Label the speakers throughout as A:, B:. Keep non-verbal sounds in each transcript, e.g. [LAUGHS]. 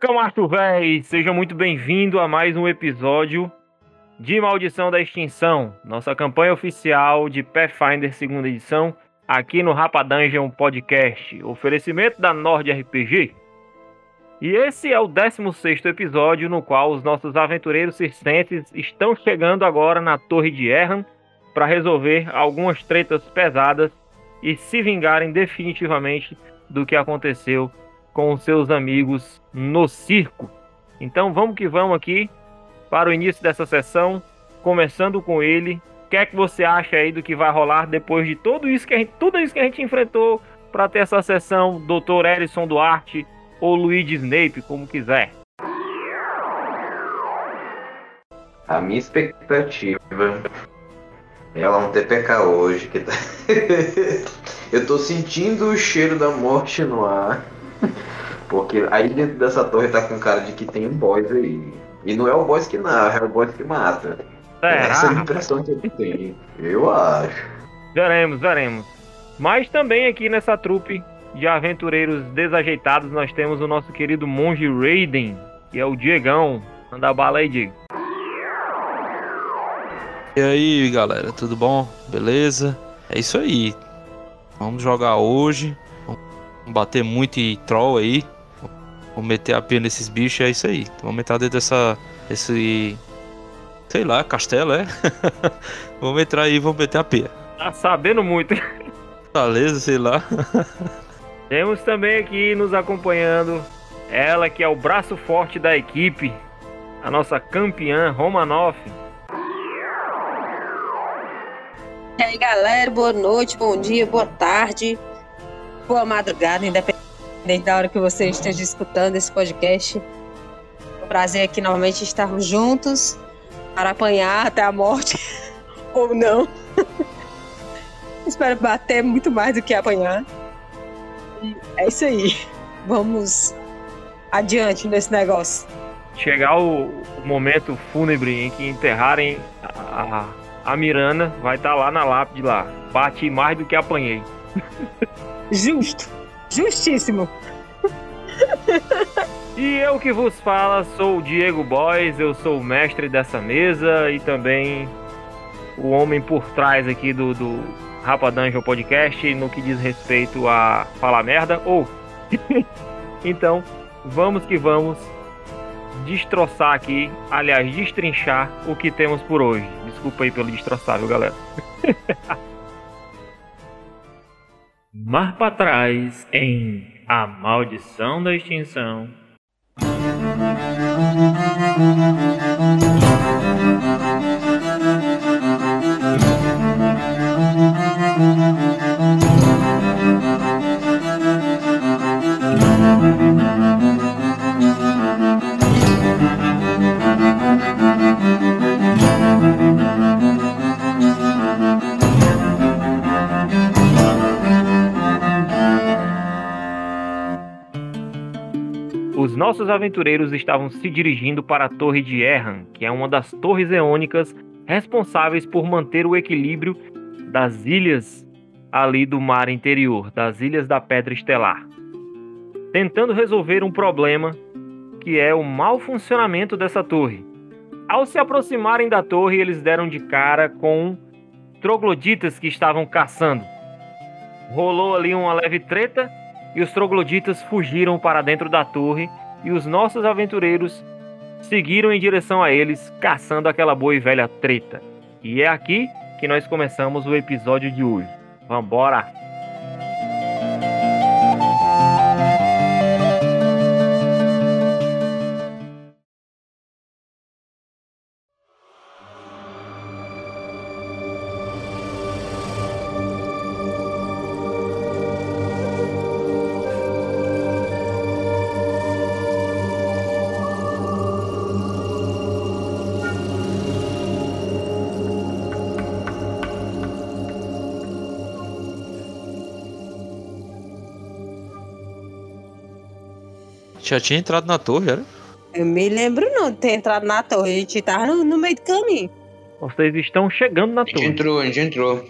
A: Camarto Véi, seja muito bem-vindo a mais um episódio de Maldição da Extinção, nossa campanha oficial de Pathfinder segunda edição, aqui no Rapa Dungeon Podcast, oferecimento da Nord RPG. E esse é o 16º episódio no qual os nossos aventureiros circenses estão chegando agora na Torre de Erran para resolver algumas tretas pesadas e se vingarem definitivamente do que aconteceu com os seus amigos no circo. Então vamos que vamos aqui para o início dessa sessão, começando com ele. O que é que você acha aí do que vai rolar depois de tudo isso que a gente, tudo isso que a gente enfrentou para ter essa sessão, Dr. Erison Duarte ou Luigi Snape, como quiser.
B: A minha expectativa é ela não ter PK hoje. Que tá... [LAUGHS] Eu tô sentindo o cheiro da morte no ar. Porque aí dentro dessa torre tá com cara de que tem um boss aí. E não é o boss que narra, é o boss que mata.
A: Será?
B: Essa é a impressão que eu tenho. Eu acho.
A: Veremos, veremos. Mas também aqui nessa trupe de aventureiros desajeitados, nós temos o nosso querido monge Raiden, que é o Diegão. Manda bala aí, Diego.
C: E aí, galera, tudo bom? Beleza? É isso aí. Vamos jogar hoje. Vamos bater muito em troll aí. Vamos meter a pia nesses bichos, é isso aí. Vamos entrar dentro dessa. Esse. Sei lá, castelo, é? [LAUGHS] vamos entrar aí e vamos meter a pia.
A: Tá sabendo muito. hein?
C: Fortaleza, sei lá.
A: Temos também aqui nos acompanhando ela que é o braço forte da equipe, a nossa campeã Romanoff.
D: E aí, galera, boa noite, bom dia, boa tarde, boa madrugada, independente da hora que você esteja escutando esse podcast. É um prazer aqui novamente estarmos juntos para apanhar até a morte, [LAUGHS] ou não. [LAUGHS] Espero bater muito mais do que apanhar. E é isso aí. Vamos adiante nesse negócio.
A: Chegar o, o momento fúnebre em que enterrarem a, a, a Miranda, vai estar lá na lápide lá. Bati mais do que apanhei.
D: Justo. Justíssimo.
A: E eu que vos fala, sou o Diego Boys, eu sou o mestre dessa mesa e também o homem por trás aqui do, do Rapa Dungeon Podcast no que diz respeito a falar merda ou. [LAUGHS] então, vamos que vamos destroçar aqui, aliás, destrinchar o que temos por hoje. Desculpa aí pelo destroçar, viu, galera? [LAUGHS] Mar para trás em A Maldição da Extinção. Os nossos aventureiros estavam se dirigindo para a Torre de Erran, que é uma das torres eônicas responsáveis por manter o equilíbrio das ilhas ali do mar interior, das ilhas da Pedra Estelar. Tentando resolver um problema que é o mau funcionamento dessa torre. Ao se aproximarem da torre, eles deram de cara com trogloditas que estavam caçando. Rolou ali uma leve treta e os trogloditas fugiram para dentro da torre e os nossos aventureiros seguiram em direção a eles, caçando aquela boa e velha treta. E é aqui que nós começamos o episódio de hoje. Vambora!
C: Já tinha entrado na torre, era?
D: Eu me lembro não de ter entrado na torre, a gente tava no, no meio do caminho.
A: Vocês estão chegando na
B: A gente
A: torre.
E: Então,
B: entrou, a gente entrou.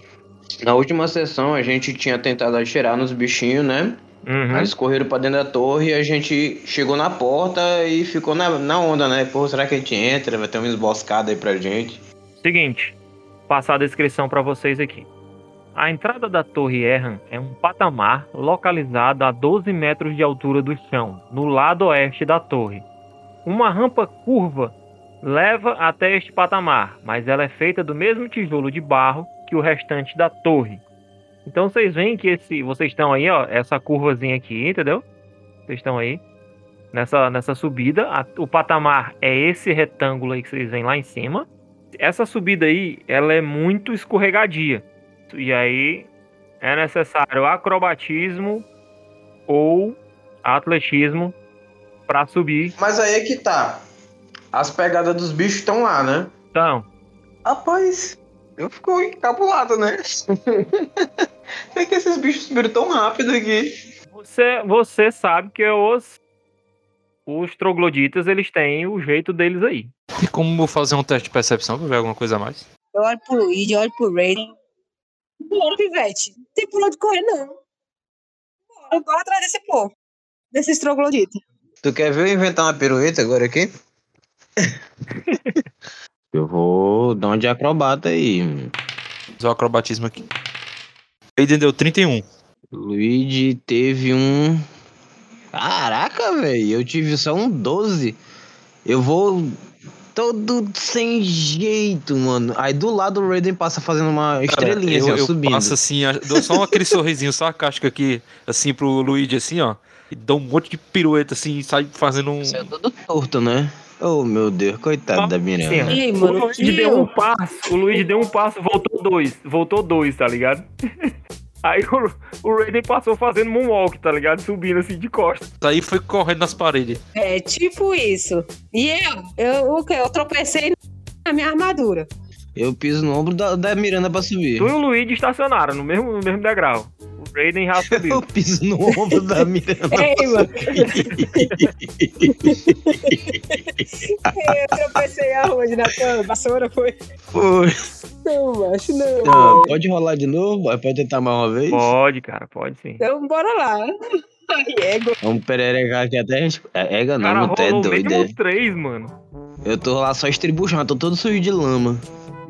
B: Na última sessão a gente tinha tentado atirar nos bichinhos, né?
A: Uhum.
E: Aí eles correram pra dentro da torre e a gente chegou na porta e ficou na, na onda, né? Pô, será que a gente entra? Vai ter uma emboscada aí pra gente.
A: Seguinte, passar a descrição para vocês aqui. A entrada da Torre Erran é um patamar localizado a 12 metros de altura do chão, no lado oeste da torre. Uma rampa curva leva até este patamar, mas ela é feita do mesmo tijolo de barro que o restante da torre. Então vocês veem que esse, vocês estão aí, ó, essa curvazinha aqui, entendeu? Vocês estão aí nessa nessa subida, a- o patamar é esse retângulo aí que vocês veem lá em cima. Essa subida aí, ela é muito escorregadia. E aí é necessário acrobatismo ou atletismo para subir.
E: Mas aí é que tá. As pegadas dos bichos estão lá, né?
A: Então,
E: Rapaz, eu fico encabulado, né? [LAUGHS] é que esses bichos subiram tão rápido aqui.
A: Você, você sabe que os, os trogloditas, eles têm o jeito deles aí.
C: Tem como eu fazer um teste de percepção pra ver alguma coisa a mais?
D: Eu olho pro Luigi, eu olho pro Raiden. Bora, Pivete. Não tem por onde correr, não. Bora, bora atrás desse povo. Desse estroglodita.
E: Tu quer ver eu inventar uma pirueta agora aqui? eu vou dar uma de acrobata aí.
C: Usar o acrobatismo aqui. Aiden deu 31.
E: Luigi teve um. Caraca, velho, eu tive só um 12. Eu vou todo sem jeito, mano. Aí do lado o Raiden passa fazendo uma estrelinha,
C: eu,
E: assim, ó,
C: eu
E: subindo.
C: passo assim, a- dou só aquele sorrisinho sarcástico aqui, assim, pro Luigi, assim, ó. E dou um monte de pirueta, assim, e sai fazendo um...
E: Saiu todo torto, né? Oh, meu Deus, coitado da
A: Sim,
E: Miranda.
A: ó.
D: Ei,
A: o
D: mano,
A: Luigi
D: tio.
A: deu um passo, o Luigi deu um passo, voltou dois, voltou dois, tá ligado? [LAUGHS] Aí o, o Raiden passou fazendo moonwalk, tá ligado? Subindo assim de costas.
C: Aí foi correndo nas paredes.
D: É, tipo isso. E eu, eu, o quê? Eu tropecei na minha armadura.
E: Eu piso no ombro da, da Miranda pra subir.
A: Tu e o Luigi estacionaram no mesmo, no mesmo degrau. O Raiden já
E: [LAUGHS] [LAUGHS] Eu
A: subiu.
E: piso no ombro da Miranda.
D: Ei, mano. eu tropecei aonde? Na cama? Vassoura foi?
E: Pô.
D: Não, macho, não.
E: Ah, pode rolar de novo? Pode tentar mais uma vez?
A: Pode, cara, pode sim.
D: Então, bora lá. Ai, ego.
E: Vamos pererecar aqui até a gente. É, ega
A: O
E: não,
A: cara
E: não é
A: rolou
E: doido. é.
A: mínimo três, mano.
E: Eu tô lá só estribuchando, tô todo sujo de lama.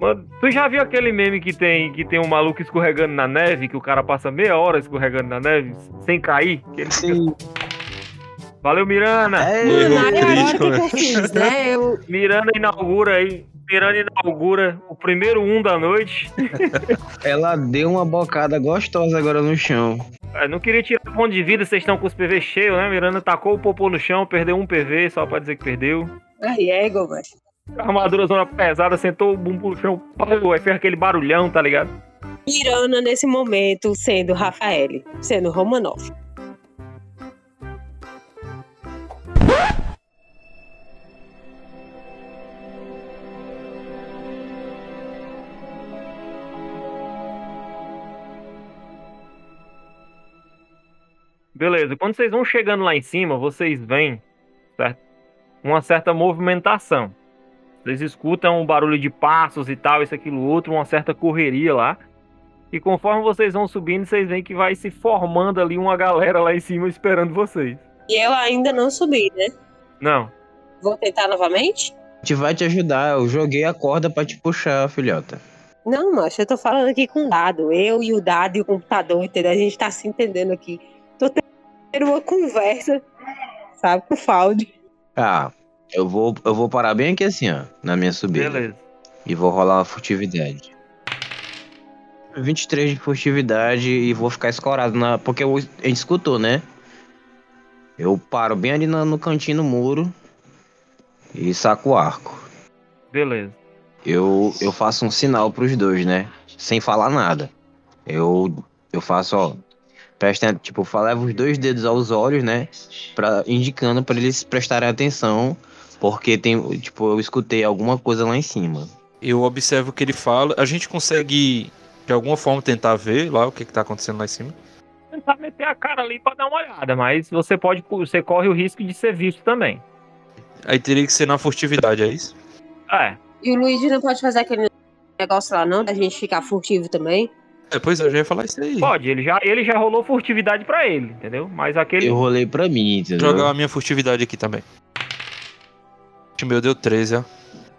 A: Mano, tu já viu aquele meme que tem que tem um maluco escorregando na neve, que o cara passa meia hora escorregando na neve sem cair? Que ele fica-
E: [LAUGHS]
A: Valeu, Mirana!
E: É,
C: Erro
D: Mano, aí agora o
C: crítico,
D: que que eu fiz, né? Eu,
A: Mirana inaugura aí. Mirana inaugura o primeiro um da
E: [LAUGHS]
A: noite.
E: ela deu uma bocada gostosa agora no chão.
A: Eu É, não queria tirar ponto de vida, vocês estão com os PV cheios, né? Mirana tacou o popô no chão, perdeu um PV só pra dizer que perdeu.
D: ai, é ego, mano.
A: Armadura zona pesada, sentou o bumbum no chão, pau, aí fez aquele barulhão, tá ligado?
D: Mirana, nesse momento, sendo Rafael, sendo Romanov.
A: Beleza, quando vocês vão chegando lá em cima, vocês veem certo? uma certa movimentação. Vocês escutam um barulho de passos e tal, isso, aquilo, outro, uma certa correria lá. E conforme vocês vão subindo, vocês veem que vai se formando ali uma galera lá em cima esperando vocês.
D: E eu ainda não subi, né?
A: Não,
D: Vou tentar novamente?
E: A gente vai te ajudar, eu joguei a corda pra te puxar, filhota.
D: Não, macho, eu tô falando aqui com o dado. Eu e o dado e o computador, entendeu? A gente tá se entendendo aqui. Tô tendo uma conversa, sabe, com o Faldi.
E: Tá, eu vou, eu vou parar bem aqui assim, ó, na minha subida.
A: beleza.
E: E vou rolar uma furtividade. 23 de furtividade e vou ficar escorado na. Porque o- a gente escutou, né? Eu paro bem ali na- no, cantinho do muro e saco o arco.
A: Beleza.
E: Eu, eu faço um sinal pros dois, né? Sem falar nada. Eu, eu faço, ó. Prestem, tipo, fa- levo os dois dedos aos olhos, né? Pra, indicando pra eles prestarem atenção. Porque tem, tipo, eu escutei alguma coisa lá em cima.
C: Eu observo o que ele fala. A gente consegue, de alguma forma, tentar ver lá o que, que tá acontecendo lá em cima.
A: Tentar meter a cara ali pra dar uma olhada, mas você pode, você corre o risco de ser visto também.
C: Aí teria que ser na furtividade, é isso?
A: É,
D: E o Luigi não pode fazer aquele negócio lá, não, da gente ficar furtivo também.
C: É, pois é, eu já ia falar isso aí.
A: Pode, ele já, ele já rolou furtividade pra ele, entendeu? Mas aquele.
E: Eu rolei pra mim, entendeu?
C: Vou jogar a minha furtividade aqui também. Ixi, Meu, deu 13, ó.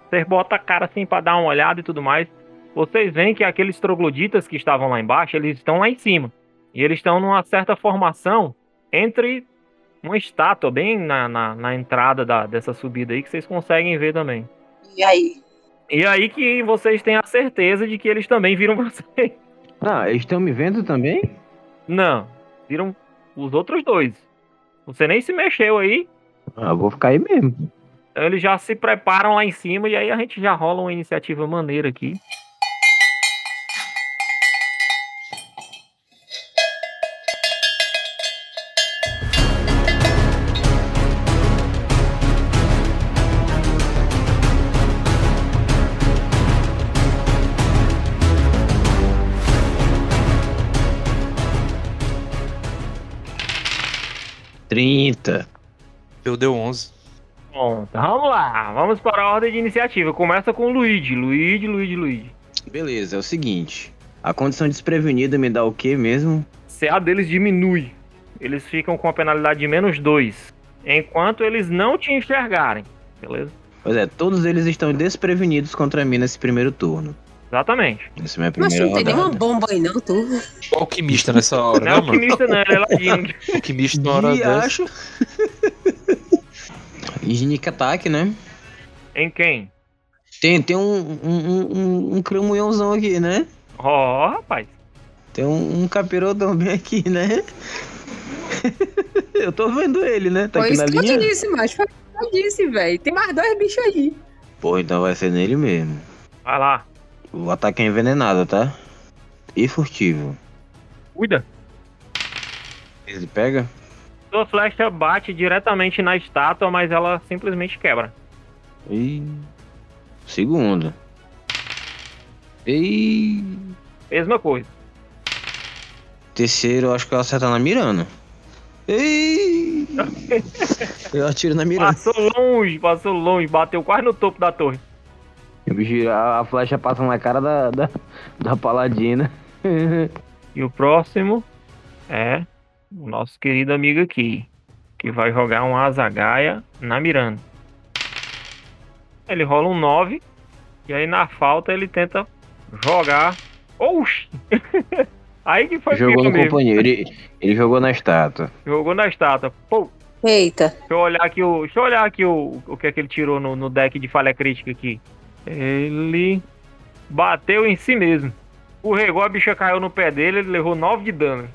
A: Vocês botam a cara assim pra dar uma olhada e tudo mais. Vocês veem que aqueles trogloditas que estavam lá embaixo, eles estão lá em cima. E eles estão numa certa formação entre uma estátua, bem na, na, na entrada da, dessa subida aí, que vocês conseguem ver também.
D: E aí?
A: E aí que vocês têm a certeza de que eles também viram [LAUGHS] vocês.
E: Ah, eles estão me vendo também?
A: Não, viram os outros dois. Você nem se mexeu aí,
E: Ah, eu vou ficar aí mesmo.
A: Então eles já se preparam lá em cima e aí a gente já rola uma iniciativa maneira aqui.
E: Trinta.
C: Eu deu 11.
A: Bom, então vamos lá. Vamos para a ordem de iniciativa. Começa com o Luigi. Luigi, Luigi, Luigi.
E: Beleza, é o seguinte. A condição desprevenida me dá o quê mesmo?
A: CA deles diminui. Eles ficam com a penalidade de menos 2. Enquanto eles não te enxergarem. Beleza?
E: Pois é, todos eles estão desprevenidos contra mim nesse primeiro turno.
A: Exatamente.
E: Nessa é minha
D: Mas
E: primeira
D: não tem nenhuma
E: rodada.
D: bomba aí, não, tu?
C: Ó, Alquimista nessa hora,
A: Não é
C: né, mano?
A: alquimista, não, ele é ladinho.
C: Alquimista na hora dessa.
E: [LAUGHS] Diacho. Higienic ataque, né?
A: Em quem?
E: Tem, tem um, um, um- um, um cramunhãozão aqui, né?
A: Ó, rapaz.
E: Tem um, um capirotão bem aqui, né? [LAUGHS] Eu tô vendo ele, né? Tá
D: Foi
E: aqui na
D: isso que eu te
E: linha.
D: disse, macho. Foi isso que eu disse, velho. Tem mais dois bichos aí.
E: Pô, então vai ser nele mesmo.
A: Vai lá.
E: O ataque é envenenado, tá? E furtivo.
A: Cuida.
E: Ele pega?
A: Sua flecha bate diretamente na estátua, mas ela simplesmente quebra.
E: E. Segundo. E.
A: Mesma coisa.
E: Terceiro, eu acho que eu acerto na mirando.
C: [LAUGHS]
E: E. eu atiro na mirando.
A: Passou longe, passou longe, bateu quase no topo da torre.
E: O bicho, a, a flecha passa na cara da, da, da paladina.
A: E o próximo é o nosso querido amigo aqui, que vai jogar um Azagaia na Miranda. Ele rola um 9, e aí na falta ele tenta jogar. Oxi! [LAUGHS] aí que foi
E: jogou
A: pior
E: no
A: mesmo.
E: companheiro. Ele, ele jogou na estátua.
A: Jogou na estátua. Pô,
D: Eita.
A: deixa eu olhar aqui o. Deixa eu olhar aqui o, o que é que ele tirou no, no deck de falha crítica aqui. Ele bateu em si mesmo. Escorregou, a bicha caiu no pé dele, ele levou 9 de dano.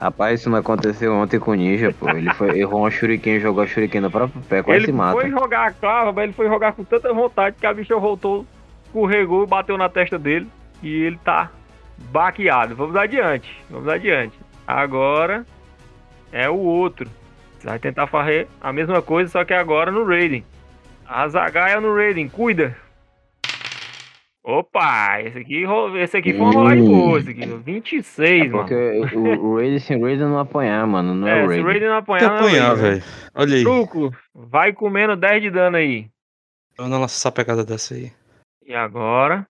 E: Rapaz, isso não aconteceu ontem com o Ninja, pô. Ele foi, errou um shuriken, jogou a shuriken no próprio pé, quase
A: ele
E: se mata.
A: foi jogar a clava, mas ele foi jogar com tanta vontade que a bicha voltou, escorregou, bateu na testa dele e ele tá baqueado. Vamos adiante, vamos adiante. Agora é o outro. Vai tentar fazer a mesma coisa, só que agora no Raiden. A Zagaia no Raiden, cuida. Opa, esse aqui, ro- esse aqui foi uma
E: Hum.
A: rolagem boa, esse aqui. 26, mano.
E: É Porque o, o Raiden sem Raiden não apanhar, mano. Não é,
A: É,
E: o
A: se o
E: Raiden.
A: Raiden não apanhar,
C: Tem que
A: não é
C: apanhar,
A: Raiden.
C: velho. Olha aí.
A: Truco, vai comendo 10 de dano aí.
C: Eu não lanço essa pegada dessa aí.
A: E agora,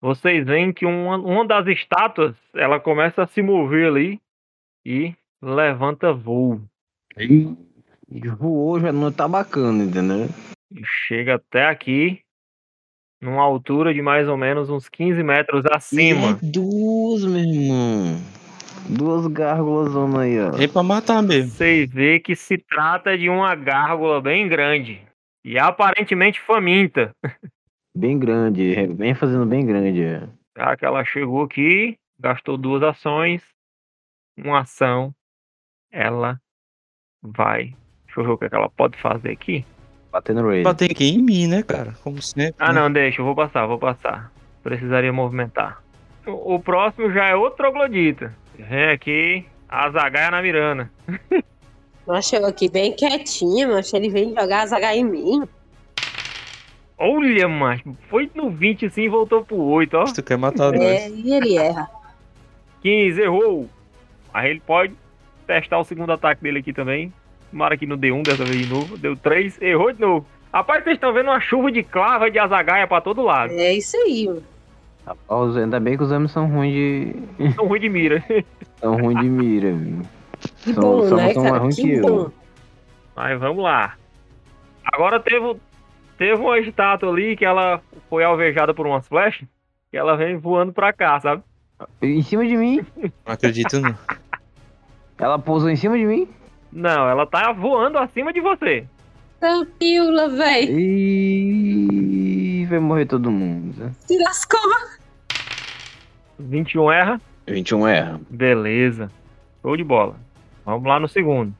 A: vocês veem que uma, uma das estátuas, ela começa a se mover ali e levanta voo.
E: Ele Voou, já não tá bacana, entendeu?
A: E chega até aqui, numa altura de mais ou menos uns 15 metros acima.
E: Ih, é Duas, meu irmão. Duas gárgulas zona aí, ó.
C: É pra matar mesmo.
A: Vocês veem que se trata de uma gárgula bem grande. E aparentemente faminta.
E: Bem grande, bem fazendo bem grande. é.
A: Tá? Que ela chegou aqui, gastou duas ações, uma ação. Ela vai. Deixa eu ver o que que ela pode fazer aqui.
E: Batendo Raiden.
C: Bater aqui em mim, né, cara? Como sempre.
A: Ah,
C: né?
A: não, deixa, eu vou passar, vou passar. Precisaria movimentar. O, o próximo já é outro troglodita. Vem aqui, a Zagaia na Mirana.
D: Macho, eu aqui bem quietinha, macho. Ele vem jogar as H em mim.
A: Olha, macho, foi no 20 sim e voltou pro 8, ó.
C: Se tu quer matar nós.
D: É, e ele erra.
A: 15, errou. Aí ele pode testar o segundo ataque dele aqui também. Tomara que não dê um dessa vez de novo. Deu 3, errou de novo. Rapaz, vocês estão vendo uma chuva de clava de azagaia pra todo lado.
D: É isso aí, mano.
E: Ó, os- Ainda bem que os homens são ruins de.
A: São ruim de mira.
E: são ruins de mira, viu?
D: Que
E: São-
D: bom,
E: são-
D: né,
E: são
D: cara?
E: marrom que
D: Que
E: eu.
D: bom.
A: Mas vamos lá. Agora teve, teve uma estátua ali que ela foi alvejada por umas flechas. Que ela vem voando pra cá, sabe?
E: Em cima de mim?
C: Não acredito, não.
E: Ela pousou em cima de mim?
A: Não, ela tá voando acima de você.
D: Tranquila, véi.
E: E vai morrer todo mundo. né?
D: Se lascou.
A: 21 erra.
E: 21 erra.
A: Beleza. Show de bola. Vamos lá no segundo.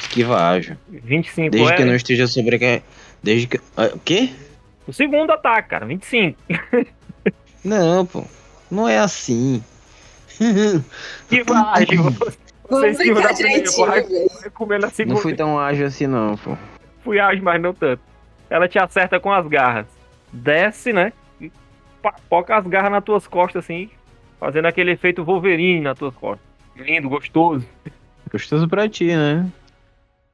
E: Esquivagem.
A: 25
E: Desde
A: erra.
E: que não esteja sobrecarregado. Desde que. Ah, O quê?
A: O segundo ataque, cara. 25.
E: Não, pô. Não
A: [LAUGHS]
E: é assim.
A: Que vagem. Você,
D: Vamos
A: esquiva da primeira,
D: brincar direitinho,
A: vai-
D: véi.
A: vai comer na
E: não
A: segunda.
E: fui tão ágil assim, não, pô.
A: Fui ágil, mas não tanto. Ela te acerta com as garras. Desce, né? E papoca as garras nas tuas costas, assim. Fazendo aquele efeito Wolverine nas tuas costas. Lindo, gostoso.
E: Gostoso pra ti, né?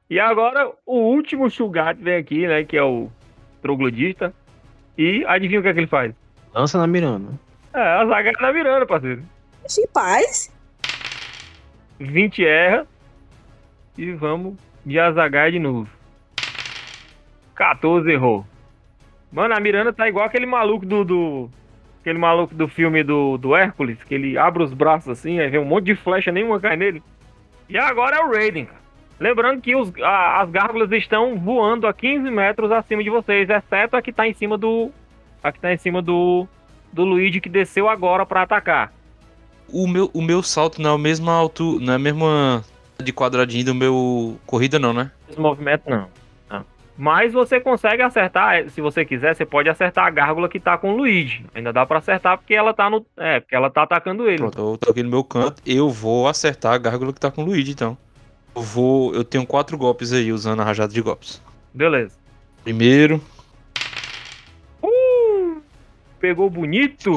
A: E agora, o último Shugat vem aqui, né? Que é o troglodita. E adivinha o que é que ele faz?
E: Lança na Miranda.
A: É, as garras na virando, parceiro.
D: Deixa em paz.
A: 20 erra. E vamos de Azagai de novo. 14 errou. Mano, a Miranda tá igual aquele maluco do. do- aquele maluco do filme do, do Hércules, que ele abre os braços assim, aí vem um monte de flecha, nenhuma cai nele. E agora é o Raiden, cara. Lembrando que os- a- as gárgulas estão voando a 15 metros acima de vocês, exceto a que tá em cima do. A que tá em cima do. Do Luigi que desceu agora pra atacar.
C: O meu, o meu salto não é a mesma altura, não é a mesma de quadradinho do meu corrida, não, né?
A: Esse movimento não. Não. Mas você consegue acertar, é, se você quiser, você pode acertar a gárgula que tá com o Luigi. Ainda dá pra acertar porque ela tá no, é, porque ela tá atacando ele.
C: Pronto, eu tô aqui no meu canto, eu vou acertar a gárgula que tá com o Luigi, então. Eu vou, eu tenho quatro golpes aí usando a rajada de golpes.
A: Beleza.
C: Primeiro,
A: Pegou bonito.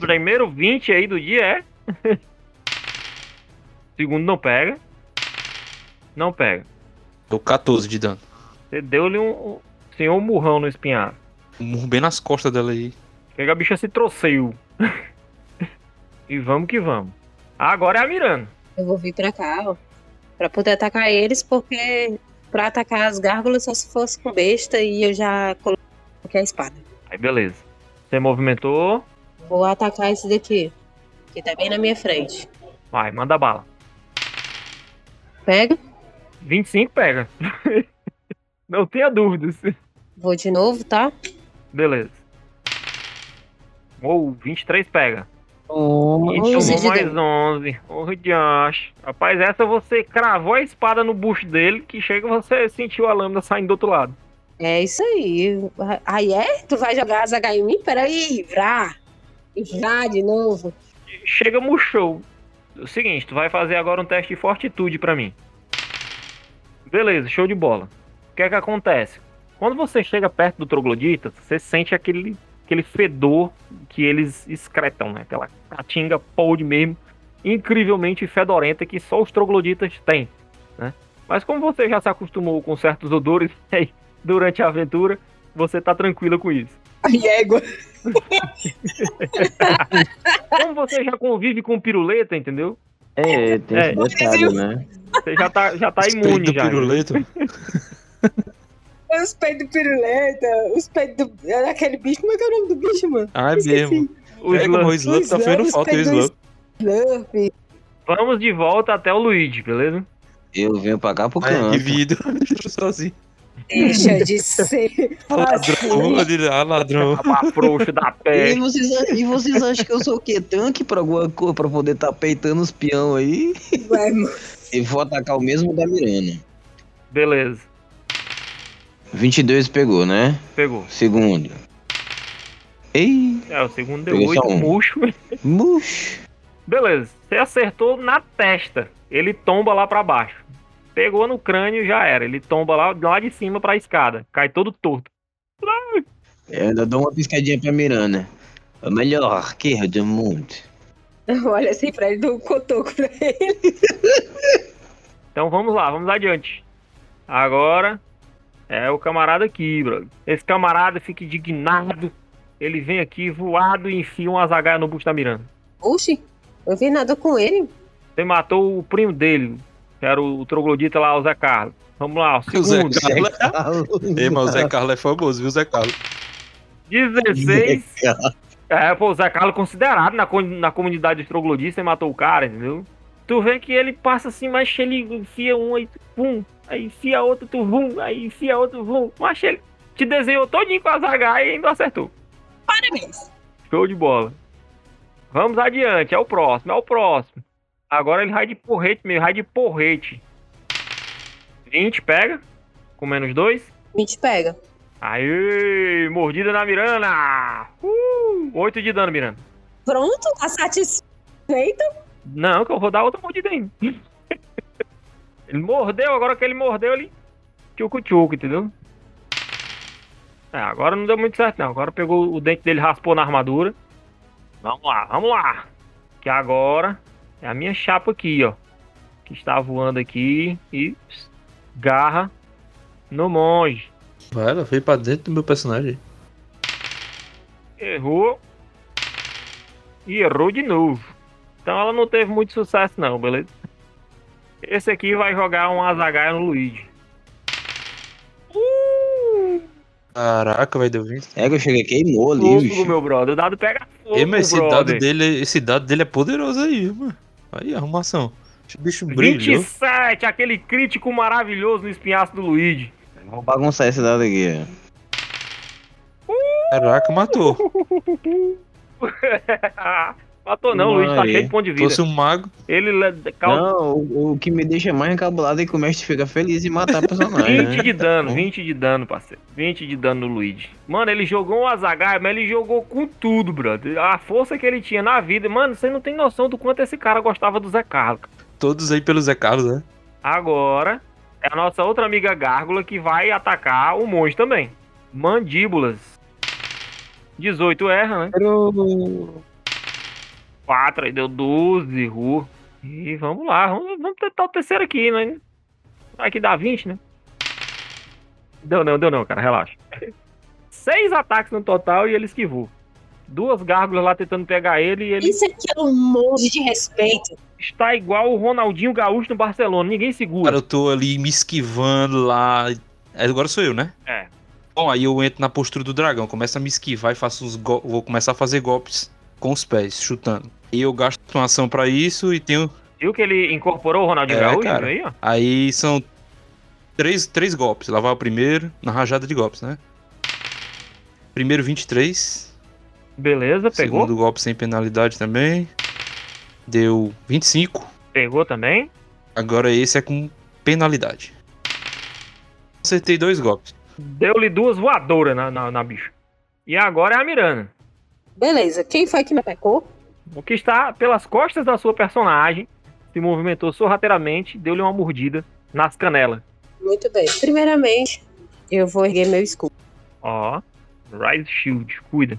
A: Primeiro 20 aí do dia é. [LAUGHS] Segundo não pega. Não pega.
C: deu 14 de dano.
A: Você deu-lhe um, um senhor murrão no espinhar.
C: Um murro bem nas costas dela aí.
A: Chega a bicha se troceu. [LAUGHS] e vamos que vamos. Agora é a Miranda.
D: Eu vou vir pra cá, ó. Pra poder atacar eles, porque pra atacar as gárgulas só se fosse com besta e eu já coloquei a espada.
A: Aí beleza. Você movimentou.
D: Vou atacar esse daqui, que tá bem na minha frente.
A: Vai, manda bala.
D: Pega,
A: 25 pega. [LAUGHS] Não tenha dúvidas.
D: vou de novo, tá?
A: Beleza. Ou 23 pega. Tomou
D: 11 de
A: mais
D: dano.
A: 11. Ô, diacho. Rapaz, essa você cravou a espada no bucho dele que chega você sentiu a lâmina saindo do outro lado.
D: É isso aí. Aí é? Tu vai jogar as H em mim? Peraí, vrá. Vrá de novo.
A: Chega murchou. É O seguinte, tu vai fazer agora um teste de fortitude pra mim. Beleza, show de bola. O que é que acontece? Quando você chega perto do troglodita, você sente aquele, aquele fedor que eles excretam, né? Aquela catinga podre mesmo, incrivelmente fedorenta que só os trogloditas têm, né? Mas como você já se acostumou com certos odores [LAUGHS] aí durante a aventura, você tá tranquila com isso.
D: Aí égua.
A: Como você já convive com piruleta, entendeu?
E: É, tem
A: É.
E: esse detalhe, né?
A: Você já tá, já tá
C: Respeito
A: imune
C: do
A: já. né?
C: piruleto.
D: Os peitos do piruleta, os peitos do. Era aquele bicho. Como é que é o nome do bicho, mano?
C: Ah, é
D: Esqueci.
C: mesmo.
A: O
C: Pega
A: Slurp.
C: o Slump, tá fazendo
D: Slurp,
C: falta o
D: pega o
C: Slump.
D: Slurp.
A: Vamos de volta até o Luigi, beleza?
E: Eu venho pra cá pro
A: É,
C: Ai,
E: canto.
C: que vida. [LAUGHS] Deixa eu assim. sozinho.
D: Deixa de ser.
C: Ah, ladrão, olha lá,
A: [LAUGHS]
C: ah, ladrão.
A: Rapaz frouxo da pé.
E: E vocês, e vocês acham que eu sou o quê? Tanque pra alguma coisa pra poder tá peitando os peão aí?
D: Vai, mano.
E: E vou atacar o mesmo da Miranda.
A: Beleza,
E: 22 pegou, né?
A: pegou.
E: Segundo. Ei,
A: É, o segundo deu
E: Peguei só
A: 8,
E: um.
A: murcho.
E: murcho.
A: Beleza, você acertou na testa. Ele tomba lá pra baixo. Pegou no crânio e já era. Ele tomba lá, lá de cima pra escada. Cai todo torto.
E: Eu ainda dou uma piscadinha pra Miranda. A melhor arqueira do mundo.
D: [LAUGHS] Olha assim pra ele, dou um cotoco pra ele.
A: Então vamos lá, vamos adiante. Agora é o camarada aqui, brother. Esse camarada fica indignado ele vem aqui voado e enfia uma zagaia no busto da Miranda.
D: Oxi, eu vi nada com ele.
A: Você matou o primo dele, que era o, o troglodita lá, o Zé Carlos. Vamos lá, o
C: O Zé
A: segundo.
C: Carlos. Ei, mas o
E: Carlos.
C: Zé Carlos é famoso, viu, Zé Carlos? [LAUGHS]
A: 16. É, pô, o Zé Carlos considerado na, co- na comunidade dos trogloditas, você matou o cara, entendeu? Tu vê que ele passa assim, mas ele enfia um, aí tu pum, aí enfia outro, tu vum, aí enfia outro, vum. Mas ele te desenhou todinho com a zagaia e ainda acertou.
D: Parabéns.
A: Show de bola. Vamos adiante, é o próximo, é o próximo. Agora ele vai de porrete mesmo, vai de porrete. 20, pega. Com menos 2.
D: Me te pega.
A: Aí, mordida na Miranda. Uh, 8 de dano, Miranda.
D: Pronto, tá satisfeito?
A: Não, que eu vou dar outra mordida ainda. ele mordeu, agora que ele mordeu, ele. Tchucu-tchucu, entendeu? É, agora não deu muito certo, não. Agora pegou o dente dele, raspou na armadura. Vamos lá, vamos lá. Que agora é a minha chapa aqui, ó. Que está voando aqui e pss, garra no monge.
C: Vai, ela veio pra dentro do meu personagem.
A: Errou. E errou de novo. Então ela não teve muito sucesso não, beleza? Esse aqui vai jogar um Azagaia no Luigi. Uh,
C: Caraca, vai deu 20.
E: É que eu cheguei queimou ali,
A: fogo,
E: bicho.
A: meu brother. O dado pega fogo,
C: Ei, mas esse dado,
A: brother.
C: dele, esse dado dele é poderoso aí, mano. Aí, arrumação. O bicho brilhou.
A: 27, aquele crítico maravilhoso no espinhaço do Luigi. [LAUGHS]
E: Vou bagunçar esse dado aqui. ó.
C: Caraca, [LAUGHS] matou.
A: Matou não, o Luigi tá
E: Aí.
A: cheio de ponto de vida.
C: Fosse um mago.
A: Ele le- causa
E: Não, o, o que me deixa mais encabulado é que o mestre fica feliz em matar o personagem.
A: 20 [LAUGHS]
E: né?
A: de dano,
E: bom.
A: 20 de dano, parceiro. 20 de dano no Luigi. Mano, ele jogou um Azagai, mas ele jogou com tudo, brother. A força que ele tinha na vida. Mano, você não tem noção do quanto esse cara gostava do Zé Carlos.
C: Todos aí pelo Zé Carlos, né?
A: Agora é a nossa outra amiga Gárgula que vai atacar o monge também. Mandíbulas. 18 erra, né? 4, aí deu 12, Ru. E vamos lá, vamos, vamos tentar o terceiro aqui, né? Vai que dá 20, né? Deu não, deu não, cara, relaxa. [LAUGHS] Seis ataques no total e ele esquivou. Duas gárgulas lá tentando pegar ele e ele
D: Isso aqui é um monte de respeito.
A: está igual o Ronaldinho Gaúcho no Barcelona, ninguém
C: Cara,
A: segura.
C: eu tô ali me esquivando lá. É, Agora sou eu, né?
A: É.
C: Bom, aí eu entro na postura do dragão, começo a me esquivar e faço uns go... vou começar a fazer golpes com os pés, chutando. E eu gasto uma ação pra isso e tenho.
A: Viu que ele incorporou o Ronaldinho
C: É,
A: Gaúcho
C: cara.
A: aí, ó?
C: Aí são três, três golpes. Lá vai o primeiro, na rajada de golpes, né? Primeiro 23.
A: Beleza, pegou.
C: Segundo golpe sem penalidade também. Deu 25.
A: Pegou também.
C: Agora esse é com penalidade. Acertei dois golpes.
A: Deu-lhe duas voadoras na, na, na bicha. E agora é a Miranda.
D: Beleza, quem foi que me pecou?
A: O que está pelas costas da sua personagem se movimentou sorrateiramente, deu-lhe uma mordida nas canelas.
D: Muito bem. Primeiramente, eu vou erguer meu escudo.
A: Ó. Rise Shield, cuida.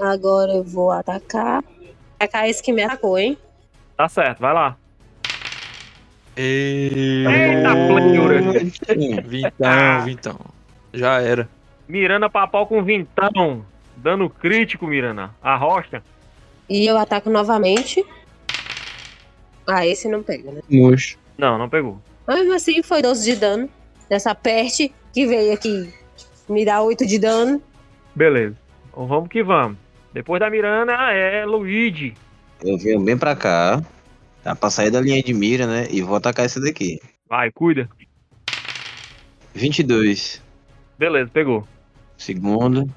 D: Agora eu vou atacar. Atacar esse que me atacou, hein?
A: Tá certo, vai lá. Eita,
C: Eita,
A: plenura.
C: Vintão,
A: Ah.
C: vintão. Já era.
A: Miranda papau com vintão. Dano crítico, Miranda. Arrocha.
D: E eu ataco novamente. Ah, esse não pega, né?
E: Mocho.
A: Não, não pegou.
D: Mas mesmo assim foi 12 de dano. Nessa peste que veio aqui me dá 8 de dano.
A: Beleza. Então vamos que vamos. Depois da Miranda é Luigi.
E: Eu venho bem pra cá. Tá pra sair da linha de mira, né? E vou atacar esse daqui.
A: Vai, cuida.
E: 22.
A: Beleza, pegou.
E: Segundo.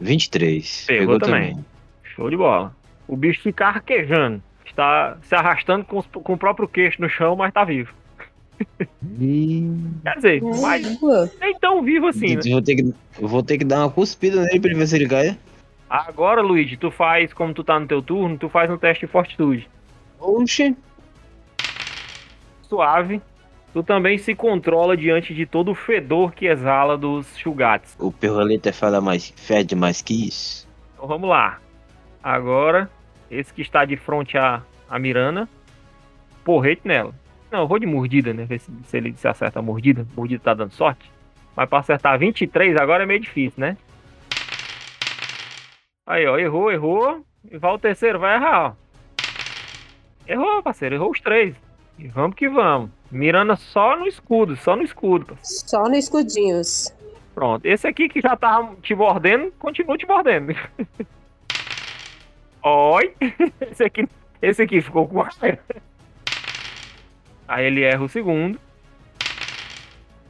E: 23.
A: Pegou também. Show de bola. O bicho fica arquejando. Está se arrastando com, os- com o próprio queixo no chão, mas tá vivo. Quer dizer,
D: Hum.
A: mas
D: Ué,
A: nem tão vivo assim, né?
E: Eu vou, ter que, eu vou ter que dar uma cuspida nele pra ele ver se ele cai.
A: Agora, Luigi, tu faz, como tu tá no teu turno, tu faz um teste de fortitude.
E: Oxe.
A: Suave. Tu também se controla diante de todo o fedor que exala dos Shugats.
E: O perroleta fala mais, fede mais que isso.
A: Então vamos lá. Agora, esse que está de frente à, à Mirana, porrete nela. Não, eu vou de mordida, né? Ver se, se ele se acerta a mordida. Mordida tá dando sorte. Mas pra acertar 23 agora é meio difícil, né? Aí, ó, errou, errou. E vai o terceiro, vai errar, ó. Errou, parceiro, errou os três. E vamos que vamos. Mirando só no escudo, só no escudo. parceiro.
D: Só no escudinhos.
A: Pronto. Esse aqui que já tava te mordendo, continua te mordendo. [LAUGHS] Oi! [LAUGHS] Esse aqui, esse aqui ficou com raiva. Aí ele erra o segundo.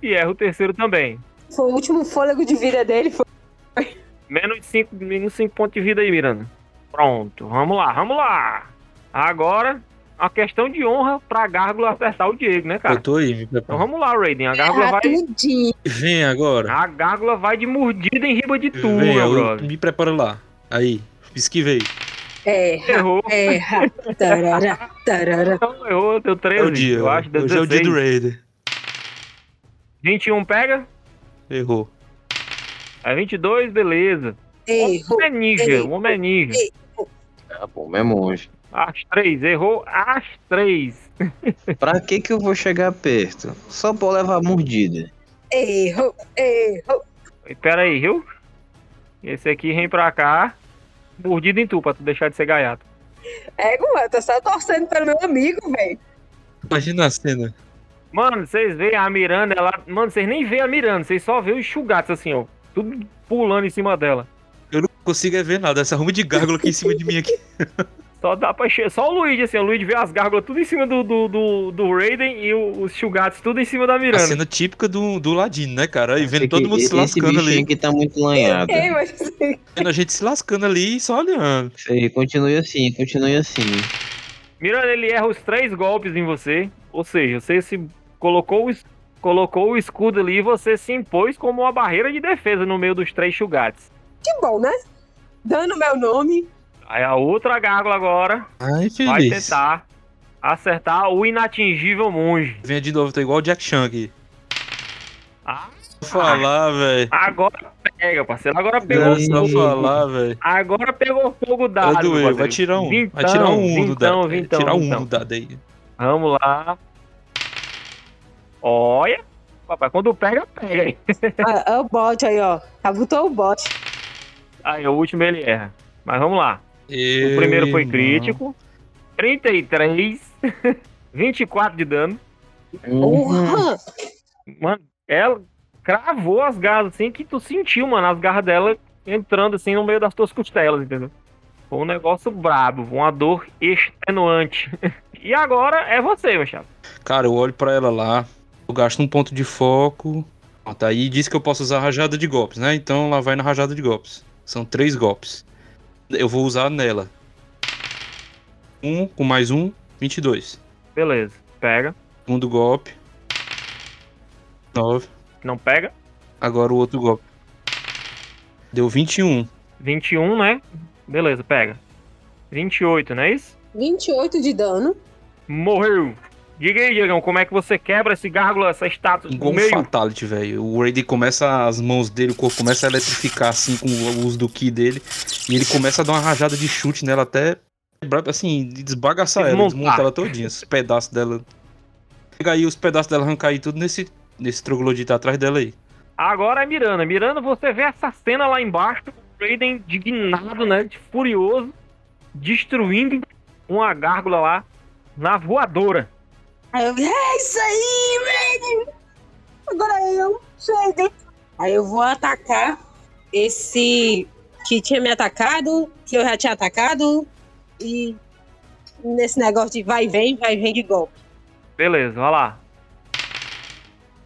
A: E erra o terceiro também.
D: Foi o último fôlego de vida dele. Foi...
A: Menos 5 menos cinco pontos de vida aí, Miranda. Pronto, vamos lá, vamos lá. Agora, a questão de honra pra Gárgula acertar o Diego, né, cara?
C: Eu tô aí, me
A: Então
C: preparo.
A: vamos lá, Raiden. A Gárgula
D: Ah,
A: vai,
D: tudinho.
C: Vem agora.
A: Então, a gárgula vai de mordida em riba de tu,
C: Vem,
A: meu
C: eu
A: brother.
C: me preparo lá. Aí, esquivei.
D: É,
A: Errou.
D: é. tarará, tarará.
A: Não, errou, Então, deu 13.
C: É o dia.
A: eu acho, deu
C: Hoje é o dia do
A: 16.
C: Raider.
A: 21 pega,
C: Errou.
A: aí 22, beleza. O
D: Errou.
A: homem é ninja, o homem é ninja.
E: Ah, pô, mesmo longe.
A: As três, errou as três.
E: Pra que que eu vou chegar perto? Só pra eu levar mordida.
D: Errou. Errou.
A: E Pera aí, viu? Esse aqui vem pra cá, mordido em tu, pra tu deixar de ser gaiato.
D: É, mano, eu tô só torcendo pelo meu amigo, velho.
C: Imagina a cena.
A: Mano, vocês veem a Miranda, ela... Mano, vocês nem veem a Miranda, vocês só veem os chugatos assim, ó. Tudo pulando em cima dela.
C: Eu não consigo é ver nada. Essa arruma de gárgula aqui em cima de mim aqui.
A: Só dá pra encher. Só o Luigi, assim, o Luigi vê as gárgulas tudo em cima do, do, do, do Raiden e o- os Shugatos tudo em cima da
C: A
A: Miranda.
C: cena típica do, do Ladino, né, cara? Aí vendo
E: Esse
C: todo
E: aqui-
C: mundo se
E: Esse
C: lascando
E: bichinho
C: ali.
E: aqui tá muito lanhado.
D: Ei, mas assim,
C: Vendo a gente se lascando ali e só olhando.
E: Sei, Continue assim, continue assim.
A: Miranda, ele erra os três golpes em você. Ou seja, você se colocou o, es- colocou o escudo ali e você se impôs como uma barreira de defesa no meio dos três Shugatos.
D: que bom, né? Dando meu nome.
A: Aí a outra gárgula agora
C: Ai,
A: vai
C: feliz.
A: tentar acertar o inatingível monge.
C: Vem de novo, tá igual o Jack Chan aqui.
A: Ah,
C: Vou falar, velho.
A: agora pega, parceiro. Agora pegou
C: Não,
E: Deus.
C: só falar, velho.
A: Agora pegou fogo dado.
C: Vai doer, vai
A: Rodrigo.
C: tirar um.
A: Vintão,
C: vai tirar um do
A: vintão,
C: dado.
A: vintão,
C: vai tirar um
A: vintão.
C: do dado aí.
A: Vamos lá. Olha. Papai, quando pega, pega. hein?
D: Ah, é o bot aí, ó. Cabutou o bot.
A: Aí Ah, é o último ele erra. Mas vamos lá. O
C: Ei,
A: primeiro foi
C: mano.
A: crítico. [LAUGHS] 33. 24 de dano. Uhum.
D: Porra!
A: Mano, ela cravou as garras assim que tu sentiu, mano, as garras dela entrando assim no meio das tuas costelas, entendeu? Foi um negócio brabo, uma dor extenuante. [LAUGHS] e agora é você, meu chapa.
C: Cara, eu olho pra ela lá. Eu gasto um ponto de foco. Ó, tá aí diz que eu posso usar rajada de golpes, né? Então lá vai na rajada de golpes. São três golpes. Eu vou usar nela. Um com mais um, 22.
A: Beleza, pega.
C: Segundo golpe. 9.
A: Não pega.
C: Agora o outro golpe. Deu 21.
A: 21, né? Beleza, pega. 28, não é isso?
D: 28 de dano.
A: Morreu. Diga aí, Diegão, como é que você quebra esse gárgula, essa estátua
C: Igual
A: no
C: um
A: meio?
C: fatality, velho. O Raiden começa, as mãos dele, o corpo começa a eletrificar, assim, com o uso do ki dele. E ele começa a dar uma rajada de chute nela até, quebrar, assim, desbagaçar ela,
A: Desmontar.
C: desmontar ela todinha, os pedaços dela. Pega aí os pedaços dela, arrancar aí tudo nesse, nesse troglodita atrás dela aí.
A: Agora é Miranda. Miranda, você vê essa cena lá embaixo, o Raiden indignado, né? de Furioso, destruindo uma gárgula lá na voadora.
D: Aí eu, é isso aí, velho! Agora eu, chega! Aí eu vou atacar esse que tinha me atacado, que eu já tinha atacado, e nesse negócio de vai e vem, vai e vem de golpe.
A: Beleza, vai lá.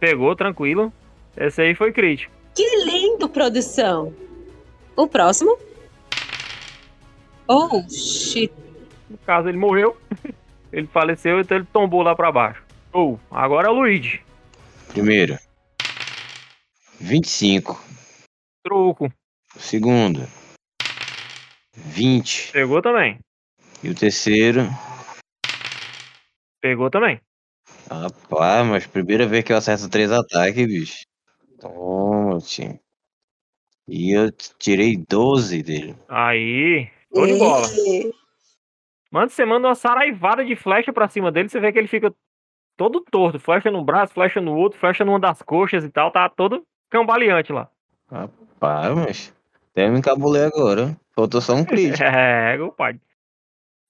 A: Pegou, tranquilo. Esse aí foi crítico.
D: Que lindo, produção! O próximo. Oh, shit.
A: No caso, ele morreu. [LAUGHS] ele faleceu, então ele tombou lá pra baixo. Show. Agora é o Luigi.
E: Primeiro. 25.
A: Troco.
E: Segundo. 20.
A: Pegou também.
E: E o terceiro.
A: Pegou também.
E: Rapaz, mas primeira vez que eu acerto três ataques, bicho. Toma, time. E eu t- tirei 12 dele.
A: Aí. Show de bola.
D: Ê,
A: Mano, você manda uma saraivada de flecha pra cima dele, você vê que ele fica todo torto. Flecha num braço, flecha no outro, flecha numa das coxas e tal. Tá todo cambaleante lá.
E: Rapaz, mas Até me encabulei agora. Faltou só um crítico.
A: [LAUGHS] É, compadre.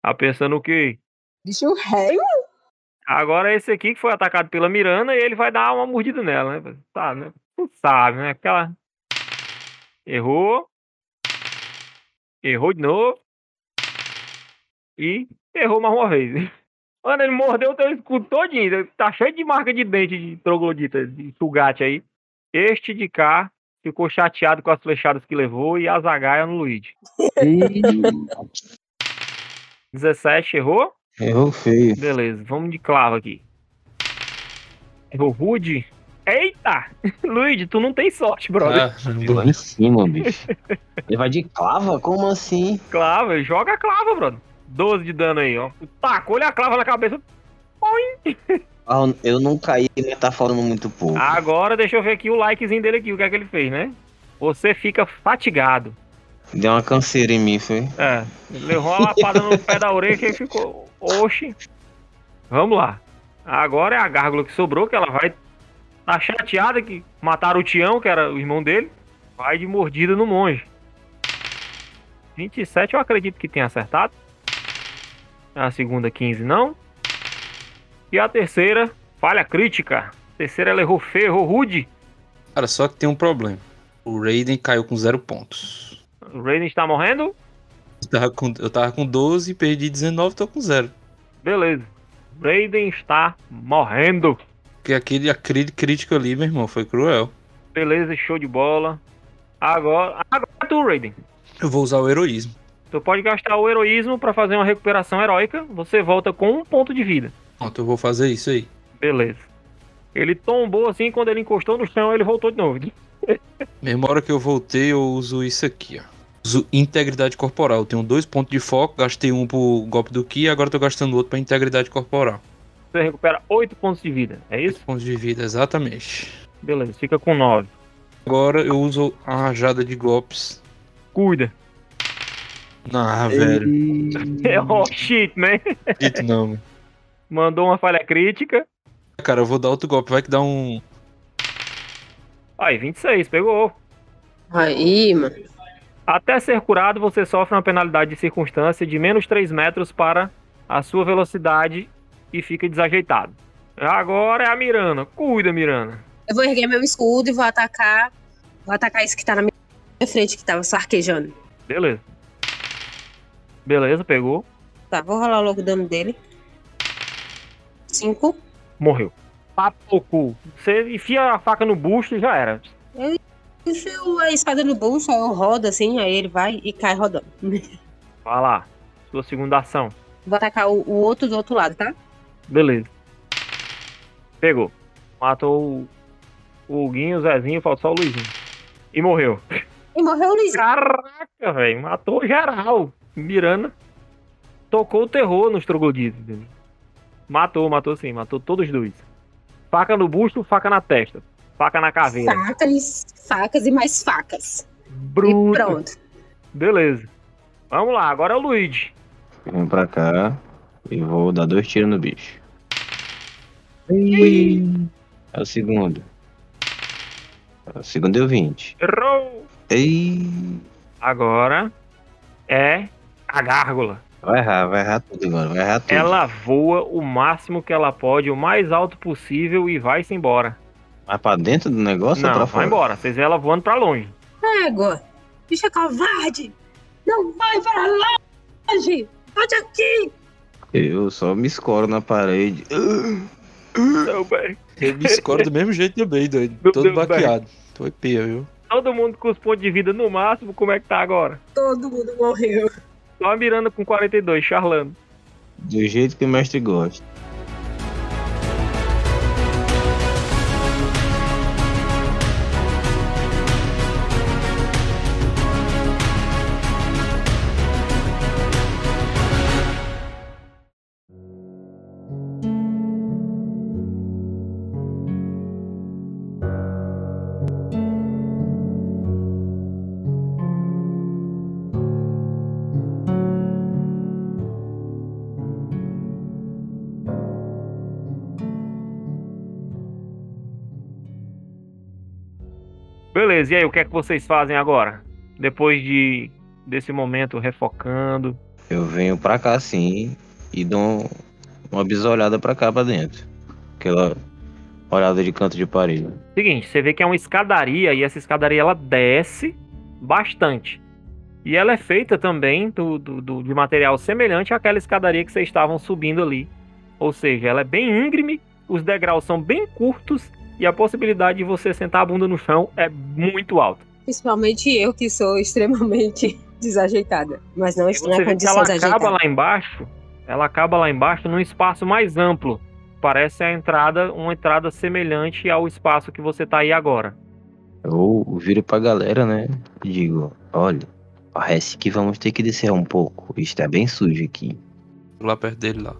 A: Tá pensando o quê?
D: Bicho rei,
A: Agora esse aqui que foi atacado pela Miranda e ele vai dar uma mordida nela, né? Tá, né? Não sabe, né? Aquela. Errou. Errou de novo. E errou mais uma vez. [LAUGHS] Mano, ele mordeu o teu escudo todinho. Tá cheio de marca de dente de troglodita, de sugate aí. Este de cá ficou chateado com as flechadas que levou e a zagaia no
E: [LAUGHS]
A: Luigi. 17, errou.
E: Errou feio.
A: Beleza, vamos de clava aqui. Errou rude? Eita! [LAUGHS] Luigi, tu não tem sorte, brother.
C: Ah,
E: [LAUGHS] Lá em cima, bicho. Ele vai de clava? Como assim?
A: Clava, joga a clava, brother. 12 de dano aí, ó. Tacou olha a clava na cabeça.
E: Ah, eu não caí, mas tá falando muito pouco.
A: Agora deixa eu ver aqui o likezinho dele aqui, o que é que ele fez, né? Você fica fatigado.
E: Deu uma canseira em mim, foi.
A: É, ele levou uma lapada no pé da orelha e ficou. Oxi. Vamos lá. Agora é a gárgula que sobrou, que ela vai. Tá chateada que mataram o Tião, que era o irmão dele. Vai de mordida no monge. 27 eu acredito que tenha acertado. A segunda 15 não. E a terceira, falha crítica. A terceira ela errou feio, errou rude.
C: Cara, só que tem um problema. O Raiden caiu com zero pontos.
A: O Raiden está morrendo.
C: Eu tava com, eu tava com 12, perdi 19, tô com zero.
A: Beleza. Raiden está morrendo.
C: Porque aquele, aquele crítico ali, meu irmão, foi cruel.
A: Beleza, show de bola. Agora, agora é tu, Raiden.
C: Eu vou usar o heroísmo.
A: Tu pode gastar o heroísmo para fazer uma recuperação heróica. Você volta com um ponto de vida.
C: Pronto, eu vou fazer isso aí.
A: Beleza. Ele tombou assim, quando ele encostou no chão, ele voltou de novo.
C: Mesma hora que eu voltei, eu uso isso aqui, ó. Uso integridade corporal. Eu tenho dois pontos de foco, gastei um pro golpe do Ki, agora tô gastando outro pra integridade corporal.
A: Você recupera oito pontos de vida. É
C: Dois
A: isso?
C: pontos de vida, exatamente.
A: Beleza, fica com nove.
C: Agora eu uso a rajada de golpes.
A: Cuida. [LAUGHS]
C: Ah, velho.
A: oh, shit, man.
C: Dito não, meu.
A: Mandou uma falha crítica.
C: Cara, eu vou dar outro golpe, vai que dá um.
A: Aí, 26, pegou.
D: Aí, mano.
A: Até ser curado, você sofre uma penalidade de circunstância de menos 3 metros para a sua velocidade e fica desajeitado. Agora é a Mirana. Cuida, Mirana.
D: Eu vou erguer meu escudo e vou atacar. Vou atacar esse que tá na minha frente, que tava só arquejando.
A: Beleza. Beleza, pegou.
D: Tá, vou rolar logo o dano dele. Cinco.
A: Morreu. Papocu. Você enfia a faca no busto e já era.
D: Enfio a espada no bolso, aí eu rodo assim, aí ele vai e cai rodando.
A: Vai lá. Sua segunda ação.
D: Vou atacar o, o outro do outro lado, tá?
A: Beleza. Pegou. Matou o- o Huguinho, o Zezinho, falta só o Luizinho. E morreu.
D: E morreu o Luiz.
A: Caraca, velho, matou geral. Miranda tocou o terror nos trogloditas. entendeu? Matou, matou sim, matou todos dois. Faca no busto, faca na testa. Faca na caveira.
D: Facas, facas e mais facas. E
A: Bruto.
D: pronto.
A: Beleza. Vamos lá, agora é o Luigi.
E: Vem pra cá e vou dar dois tiros no bicho. É o segundo. É o segundo deu 20.
A: Errou.
E: Ei.
A: Agora é a gárgula.
E: Vai errar, vai errar tudo agora, vai errar tudo.
A: Ela voa o máximo que ela pode, o mais alto possível e vai-se embora.
E: Vai pra dentro do negócio ou
A: Não,
E: pra
A: vai
E: fora?
A: embora. Vocês vêem ela voando pra longe.
D: Égua. Bicho é covarde. Não vai pra longe. Pode aqui.
E: Eu só me escoro na parede. [GASPS]
A: Não, velho.
C: Eu me escoro do mesmo jeito também, doido.
A: Meu
C: Todo
A: Deus,
C: baqueado. Foi pia, viu?
A: Todo mundo com os pontos de vida no máximo, como é que tá agora?
D: Todo mundo morreu.
A: Só a Miranda com 42, charlando.
E: Do jeito que o mestre gosta.
A: Beleza, e aí, o que é que vocês fazem agora? Depois de desse momento refocando.
E: Eu venho pra cá assim e dou uma bisolhada pra cá pra dentro. Aquela olhada de canto de parede.
A: Seguinte, você vê que é uma escadaria e essa escadaria ela desce bastante. E ela é feita também do, do- do- de material semelhante àquela escadaria que vocês estavam subindo ali. Ou seja, ela é bem íngreme, os degraus são bem curtos e a possibilidade de você sentar a bunda no chão é muito alta.
D: Principalmente eu, que sou extremamente [LAUGHS] desajeitada. Mas não estou
A: Você
D: na
A: vê que
D: condição
A: ela
D: de ajeitar.
A: acaba lá embaixo, ela acaba lá embaixo num espaço mais amplo. Parece a entrada, uma entrada semelhante ao espaço que você tá aí agora.
E: Eu viro pra galera, né? E digo, olha, parece que vamos ter que descer um pouco. Está bem sujo aqui.
C: Lá perto dele lá.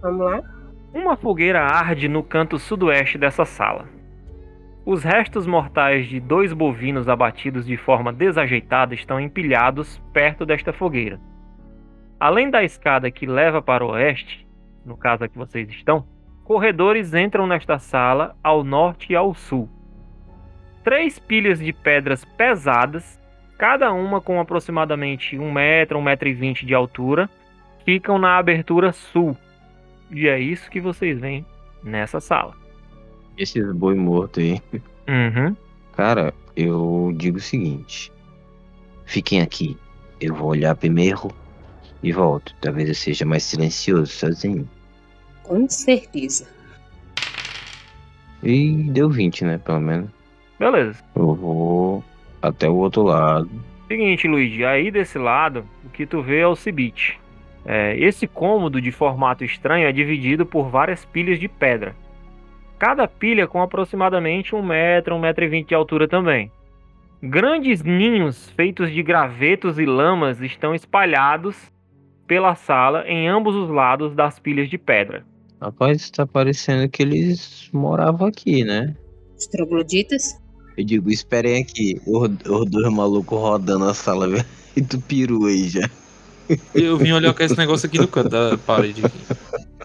D: Vamos lá?
A: Uma fogueira arde no canto sudoeste dessa sala. Os restos mortais de dois bovinos abatidos de forma desajeitada estão empilhados perto desta fogueira. Além da escada que leva para o oeste, no caso a que vocês estão, corredores entram nesta sala ao norte e ao sul. Três pilhas de pedras pesadas, cada uma com aproximadamente 1 metro, 1,20 metro e vinte de altura, ficam na abertura sul. E é isso que vocês veem nessa sala.
E: Esses boi morto aí.
A: Uhum.
E: Cara, eu digo o seguinte. Fiquem aqui. Eu vou olhar primeiro e volto. Talvez eu seja mais silencioso sozinho.
D: Com certeza.
E: E deu 20, né? Pelo menos.
A: Beleza.
E: Eu vou até o outro lado.
A: Seguinte, Luigi, aí desse lado, o que tu vê é o seguinte. É, esse cômodo de formato estranho é dividido por várias pilhas de pedra. Cada pilha com aproximadamente 1 metro, 1 metro e 20 de altura também. Grandes ninhos feitos de gravetos e lamas estão espalhados pela sala em ambos os lados das pilhas de pedra.
E: Rapaz, tá parecendo que eles moravam aqui, né?
D: Os trogloditas?
E: Eu digo, esperem aqui, os os dois malucos rodando a sala, [LAUGHS] velho. E tu peru aí já.
C: Eu vim olhar com esse negócio aqui no canto da [LAUGHS] parede. aqui.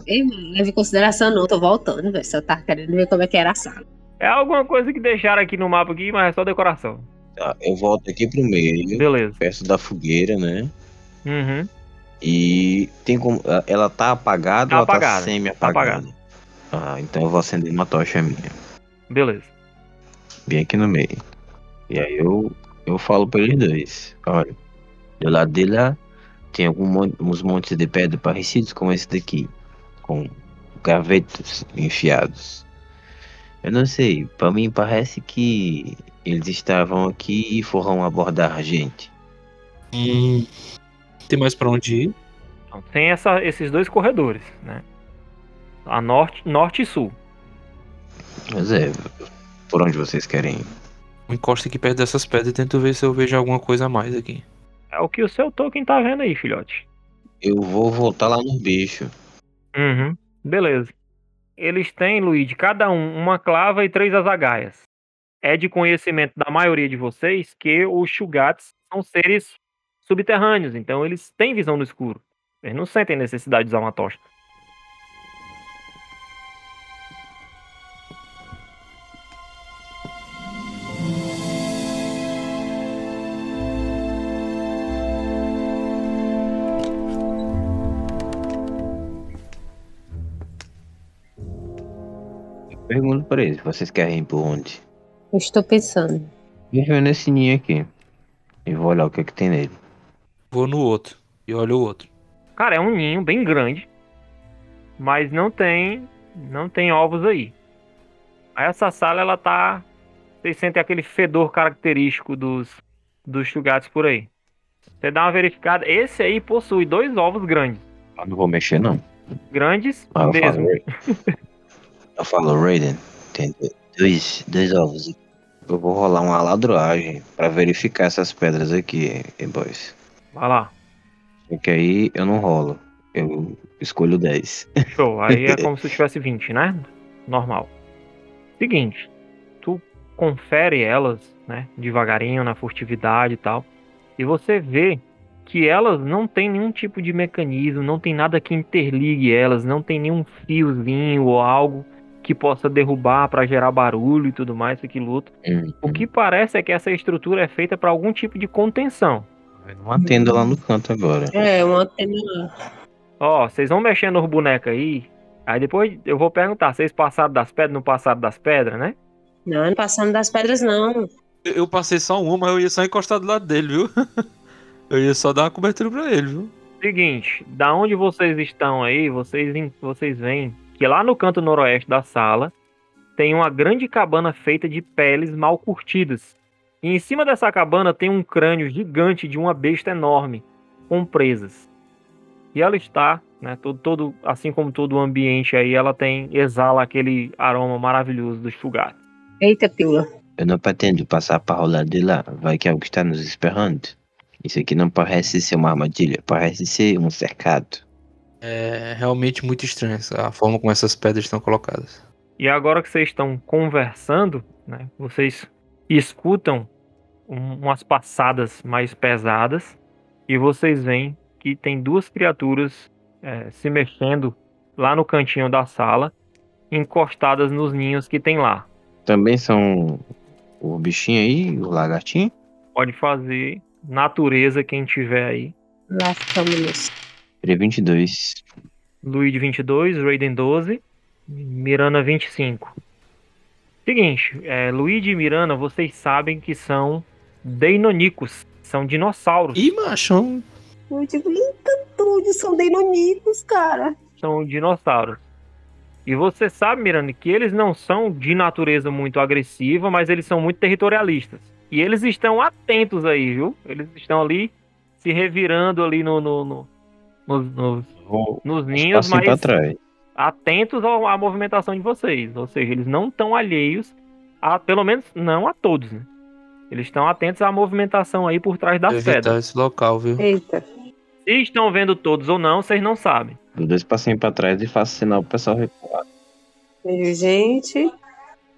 D: Ei, mano, leve em consideração não, tô voltando, velho. Só tava querendo ver como é que era a sala.
A: É alguma coisa que deixaram aqui no mapa aqui, mas é só decoração.
E: Tá, eu volto aqui pro meio,
A: Beleza.
E: perto da fogueira, né?
A: Uhum.
E: E tem como. ah, Ela tá apagada
A: Tá
E: ou ela
A: apagada,
E: tá semi-apagada? Ah, então eu vou acender uma tocha minha,
A: Beleza.
E: bem aqui no meio. E aí eu, eu falo pra eles dois: olha, do lado de lá tem alguns montes de pedra parecidos com esse daqui, com gravetos enfiados. Eu não sei, pra mim parece que eles estavam aqui e foram abordar a gente.
C: Hum, tem mais pra onde ir?
A: Então, tem essa- esses dois corredores, né? A norte, norte e sul.
E: Mas é, por onde vocês querem ir?
C: Encosta aqui perto dessas pedras e tento ver se eu vejo alguma coisa a mais aqui.
A: É o que o seu Tolkien tá vendo aí, filhote.
E: Eu vou voltar lá no bicho.
A: Uhum. Beleza. Eles têm, Luigi, cada um uma clava e três azagaias. É de conhecimento da maioria de vocês que os Shugats são seres subterrâneos, então eles têm visão no escuro. Eles não sentem necessidade de usar uma tocha.
E: Pergunto pra eles: vocês querem ir por onde?
D: Eu estou pensando.
E: Deixa eu ver nesse ninho aqui. E vou olhar o que, é que tem nele.
C: Vou no outro e olho o outro.
A: Cara, é um ninho bem grande, mas não tem não tem ovos aí. Essa sala ela tá vocês sentem aquele fedor característico dos dos chugatos por aí. Você dá uma verificada, esse aí possui dois ovos grandes,
E: Ah, não vou mexer, não.
A: grandes
E: Ah, eu
A: mesmo.
E: falo Raiden. [LAUGHS] eu falo Raiden. Tem dois, dois ovos aqui. Eu vou rolar uma ladroagem pra verificar essas pedras aqui, hein, boys.
A: Vai lá.
E: Só que aí eu não rolo. Eu escolho 10.
A: Show. Aí é como se tivesse 20, né? Normal. Seguinte, tu confere elas, né? Devagarinho, na furtividade e tal. E você vê que elas não tem nenhum tipo de mecanismo, não tem nada que interligue elas, não tem nenhum fiozinho ou algo que possa derrubar pra gerar barulho e tudo mais, isso, aquilo outro. O que parece é que essa estrutura é feita pra algum tipo de contenção.
E: Uma tenda lá no canto agora.
D: É, uma antena.
A: Ó, vocês vão mexendo nos bonecos aí. Aí depois eu vou perguntar, vocês passaram das pedras, não passaram das pedras, né?
D: Não, não passamos das pedras, não.
C: Eu eu passei só uma, mas eu ia só encostar do lado dele, viu? [LAUGHS] Eu ia só dar uma cobertura pra ele, viu?
A: Seguinte, da onde vocês estão aí, vocês, em- vocês veem que lá no canto noroeste da sala tem uma grande cabana feita de peles mal curtidas. E em cima dessa cabana tem um crânio gigante de uma besta enorme, com presas. E ela está, né, todo, todo- assim como todo o ambiente aí, ela tem exala aquele aroma maravilhoso dos sugatos.
D: Eita, pila.
E: Eu não pretendo passar para rolar de lá. Vai que algo está nos esperando. Isso aqui não parece ser uma armadilha, parece ser um cercado.
C: É realmente muito estranho essa- a forma como essas pedras estão colocadas.
A: E agora que vocês estão conversando, né, vocês escutam um- umas passadas mais pesadas e vocês veem que tem duas criaturas eh, se mexendo lá no cantinho da sala, encostadas nos ninhos que tem lá.
E: Também são o bichinho aí, o lagartinho.
A: Pode fazer natureza quem tiver aí.
D: Lá ficamos nisso.
E: Ele é 22.
A: Luigi 22, Raiden 12, Mirana 25. Seguinte, é, Luigi e Mirana, vocês sabem que são deinonicos, são dinossauros.
C: Ih, um machão.
D: Eu digo, eita, tudo, são denonicos, cara.
A: são dinossauros. E você sabe, Miranda, que eles não são de natureza muito agressiva, mas eles são muito territorialistas. E eles estão atentos aí, viu? Eles estão ali se revirando ali no, no- no- nos, nos-
E: Vou
A: nos
E: um
A: ninhos,
E: passinho pra
A: mas
E: trás.
A: atentos ao- à movimentação de vocês. Ou seja, eles não estão alheios, a, pelo menos não a todos, né? Eles estão atentos à movimentação aí por trás das pedras.
C: Evitar esse local, viu?
D: Eita.
A: Se estão vendo todos ou não, vocês não sabem.
E: Dou dois passinhos pra trás e faço sinal pro pessoal recuar.
D: Gente,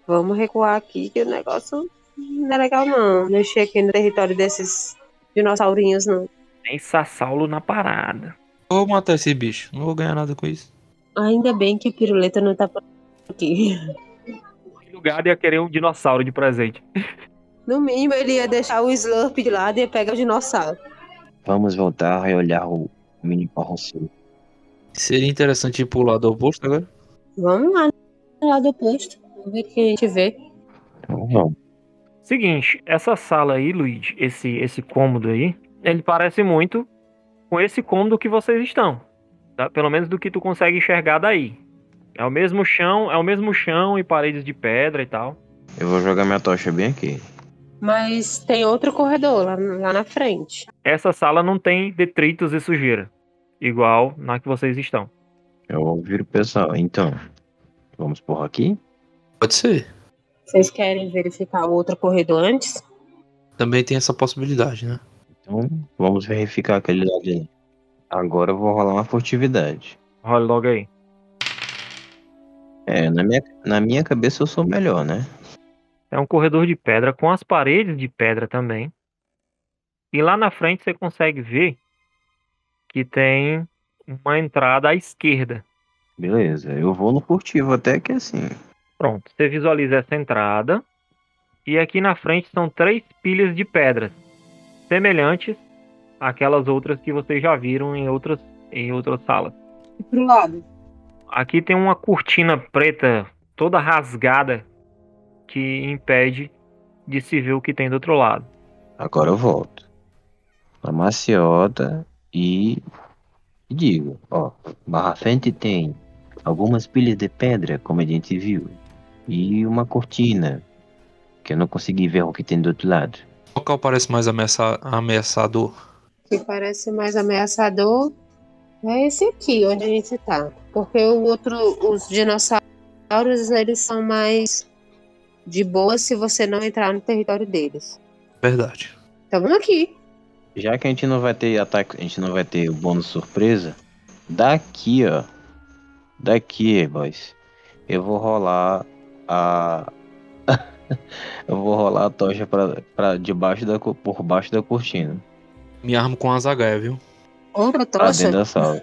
D: vamos recuar aqui, que o negócio não é legal, não. Mexer aqui no território desses dinossaurinhos, não.
A: Tem Sassaulo na parada.
C: Vou matar esse bicho. Não vou ganhar nada com isso.
D: Ainda bem que o piruleta não tá por aqui.
A: Que o gado ia querer um dinossauro de presente.
D: No mínimo, ele ia deixar o Slurp de lado e ia pegar o dinossauro.
E: Vamos voltar e olhar o mini porroceiro.
C: Seria interessante ir pro lado oposto agora?
D: Vamos lá no lado oposto. Vamos ver o que a gente vê.
E: Então vamos.
A: Seguinte, essa sala aí, Luigi, esse, esse cômodo aí, ele parece muito com esse cômodo que vocês estão. tá? Pelo menos do que tu consegue enxergar daí. É o mesmo chão, é o mesmo chão e paredes de pedra e tal.
E: Eu vou jogar minha tocha bem aqui.
D: Mas tem outro corredor lá, lá na frente.
A: Essa sala não tem detritos e sujeira. Igual na que vocês estão.
E: Eu ouvir o pessoal. Então, vamos por aqui?
C: Pode ser.
D: Vocês querem verificar o outro corredor antes?
C: Também tem essa possibilidade, né?
E: Então, vamos verificar aquele lado ali. Agora eu vou rolar uma furtividade.
A: Olha logo aí.
E: É, na minha, na minha cabeça eu sou melhor, né?
A: É um corredor de pedra com as paredes de pedra também. E lá na frente você consegue ver que tem uma entrada à esquerda.
E: Beleza, eu vou no furtivo até que assim.
A: Pronto, você visualiza essa entrada. E aqui na frente são três pilhas de pedras, semelhantes àquelas outras que vocês já viram em outras, em outras salas.
D: E pro lado.
A: Aqui tem uma cortina preta toda rasgada que impede de se ver o que tem do outro lado.
E: Agora eu volto. Na maciota e. e digo, ó, barra frente tem algumas pilhas de pedra, como a gente viu, e uma cortina, que eu não consegui ver o que tem do outro lado.
C: O local parece mais ameaça- ameaçador.
D: que parece mais ameaçador é esse aqui, onde a gente tá. Porque o outro, os dinossauros, eles são mais de boa se você não entrar no território deles.
C: Verdade.
D: Então vamos aqui.
E: Já que a gente não vai ter ataque, a gente não vai ter o bônus surpresa, daqui, ó. Daqui, boys. Eu vou rolar a. [LAUGHS] eu vou rolar a tocha pra, pra debaixo da, co- por baixo da cortina.
C: Me armo com a zagaia, viu?
D: Outra
E: Pra dentro
D: tocha.
E: da sala.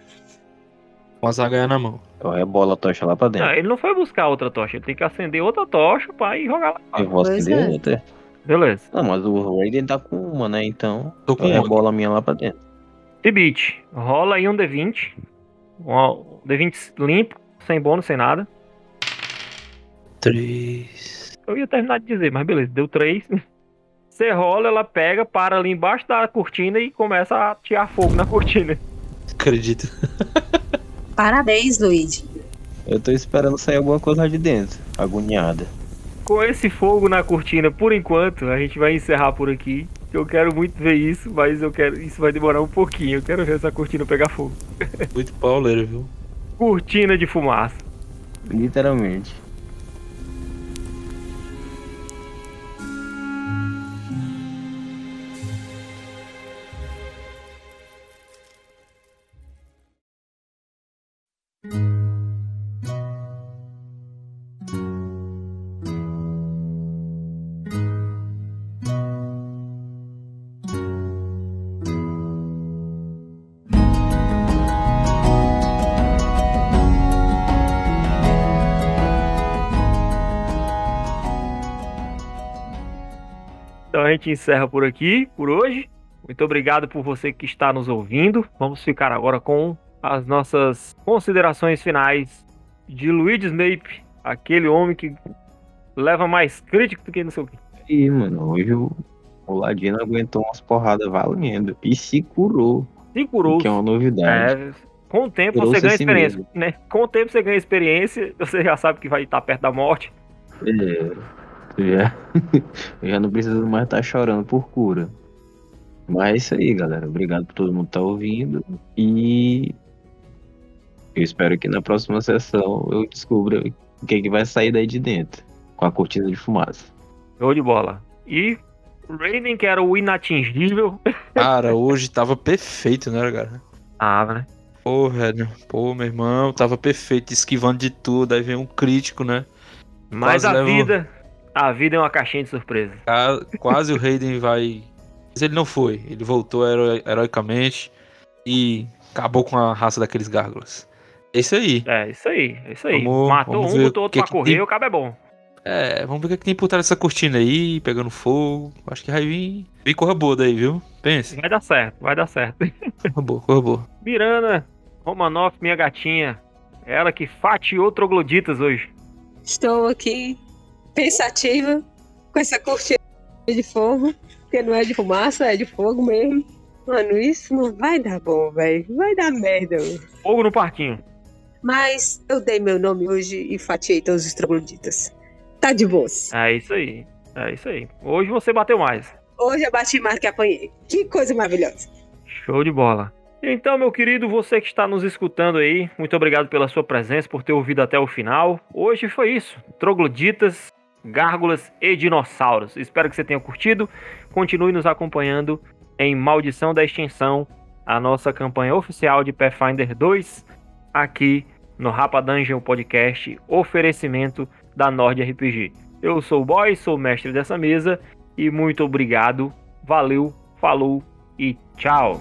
C: Com as aganhas na mão.
E: Eu rebolo a tocha lá pra dentro.
A: Ah, ele não foi buscar outra tocha, ele tem que acender outra tocha pra ir jogar lá.
E: eu vou
D: pois
E: acender
D: é.
E: outra.
A: Beleza.
E: Não, mas o Raiden tá com uma, né? Então.
C: Tô
E: Eu
C: com um uma.
E: rebolo a minha lá pra dentro.
A: Tibit, rola aí um D20. Um D20 limpo, sem bônus, sem nada.
C: Três.
A: Eu ia terminar de dizer, mas beleza, deu três. [LAUGHS] Você rola, ela pega, para ali embaixo da cortina e começa a tirar fogo na cortina.
C: Acredito.
D: Parabéns, Luigi.
E: Eu tô esperando sair alguma coisa lá de dentro. Agoniada.
A: Com esse fogo na cortina, por enquanto, a gente vai encerrar por aqui. Eu quero muito ver isso, mas eu quero. Isso vai demorar um pouquinho. Eu quero ver essa cortina pegar fogo.
C: Muito pauleiro, viu?
A: Cortina de fumaça.
E: Literalmente.
A: Então a gente encerra por aqui, por hoje. Muito obrigado por você que está nos ouvindo. Vamos ficar agora com as nossas considerações finais de Luigi Snape, aquele homem que leva mais crítico do que não sei o quê.
E: E, mano, hoje o, o Ladino aguentou umas porradas valendo. E se curou.
A: Se
E: o
A: curou.
E: Que é uma novidade.
A: É, com o tempo você
E: Curou-se
A: ganha
E: a si
A: experiência,
E: mesmo.
A: né? Com o tempo você ganha experiência, você já sabe que vai estar perto da morte.
E: É, [LAUGHS] eu já, eu já não preciso mais estar chorando por cura. Mas é isso aí, galera. Obrigado por todo mundo que tá ouvindo. E eu espero que na próxima sessão eu descubra o que, é que vai sair daí de dentro. Com a cortina de fumaça.
A: Show de bola. E o Raiden, que era o inatingível.
C: Cara, hoje tava perfeito, né, cara?
A: Ah, né?
C: Pô, velho. Pô, meu irmão, tava perfeito, esquivando de tudo. Aí vem um crítico, né?
A: Mas
C: Quase né,
A: a
C: leva-
A: vida, a vida é uma caixinha de surpresa.
C: Ca- Quase o Raiden vai. Mas ele não foi. Ele voltou hero- heroicamente e acabou com a raça daqueles gárgulas. É isso aí.
A: É, isso aí, é isso aí.
C: Vamos-
A: Matou
C: vamos
A: um,
C: ver
A: botou
C: o
A: outro
C: que
A: pra
C: que
A: correr,
C: tem.
A: o cabo é bom.
C: É, vamos ver o que é que tem por trás dessa cortina aí, pegando fogo. Acho que vai vir. Vem corra boa daí, viu? Pensa.
A: Vai dar certo, vai dar certo. [LAUGHS]
C: Corra boa, corra boa.
A: Mirana Romanoff, minha gatinha. Ela que fatiou trogloditas hoje.
D: Estou aqui pensativa com essa cortina de fogo, porque não é de fumaça, é de fogo mesmo. Mano, isso não vai dar bom, velho. Vai dar merda. velho.
A: Fogo no parquinho.
D: Mas eu dei meu nome hoje e fatiei todos os trogloditas. Tá de boas.
A: É isso aí, é isso aí. Hoje você bateu mais.
D: Hoje eu bati mais que apanhei. Que coisa maravilhosa.
A: Show de bola. Então, meu querido, você que está nos escutando aí, muito obrigado pela sua presença, por ter ouvido até o final. Hoje foi isso: trogloditas, gárgulas e dinossauros. Espero que você tenha curtido. Continue nos acompanhando em Maldição da Extinção, a nossa campanha oficial de Pathfinder 2, aqui no Rapa Dungeon Podcast, oferecimento da Nord RPG. Eu sou o Boy, sou o mestre dessa mesa e muito obrigado. Valeu, falou e tchau.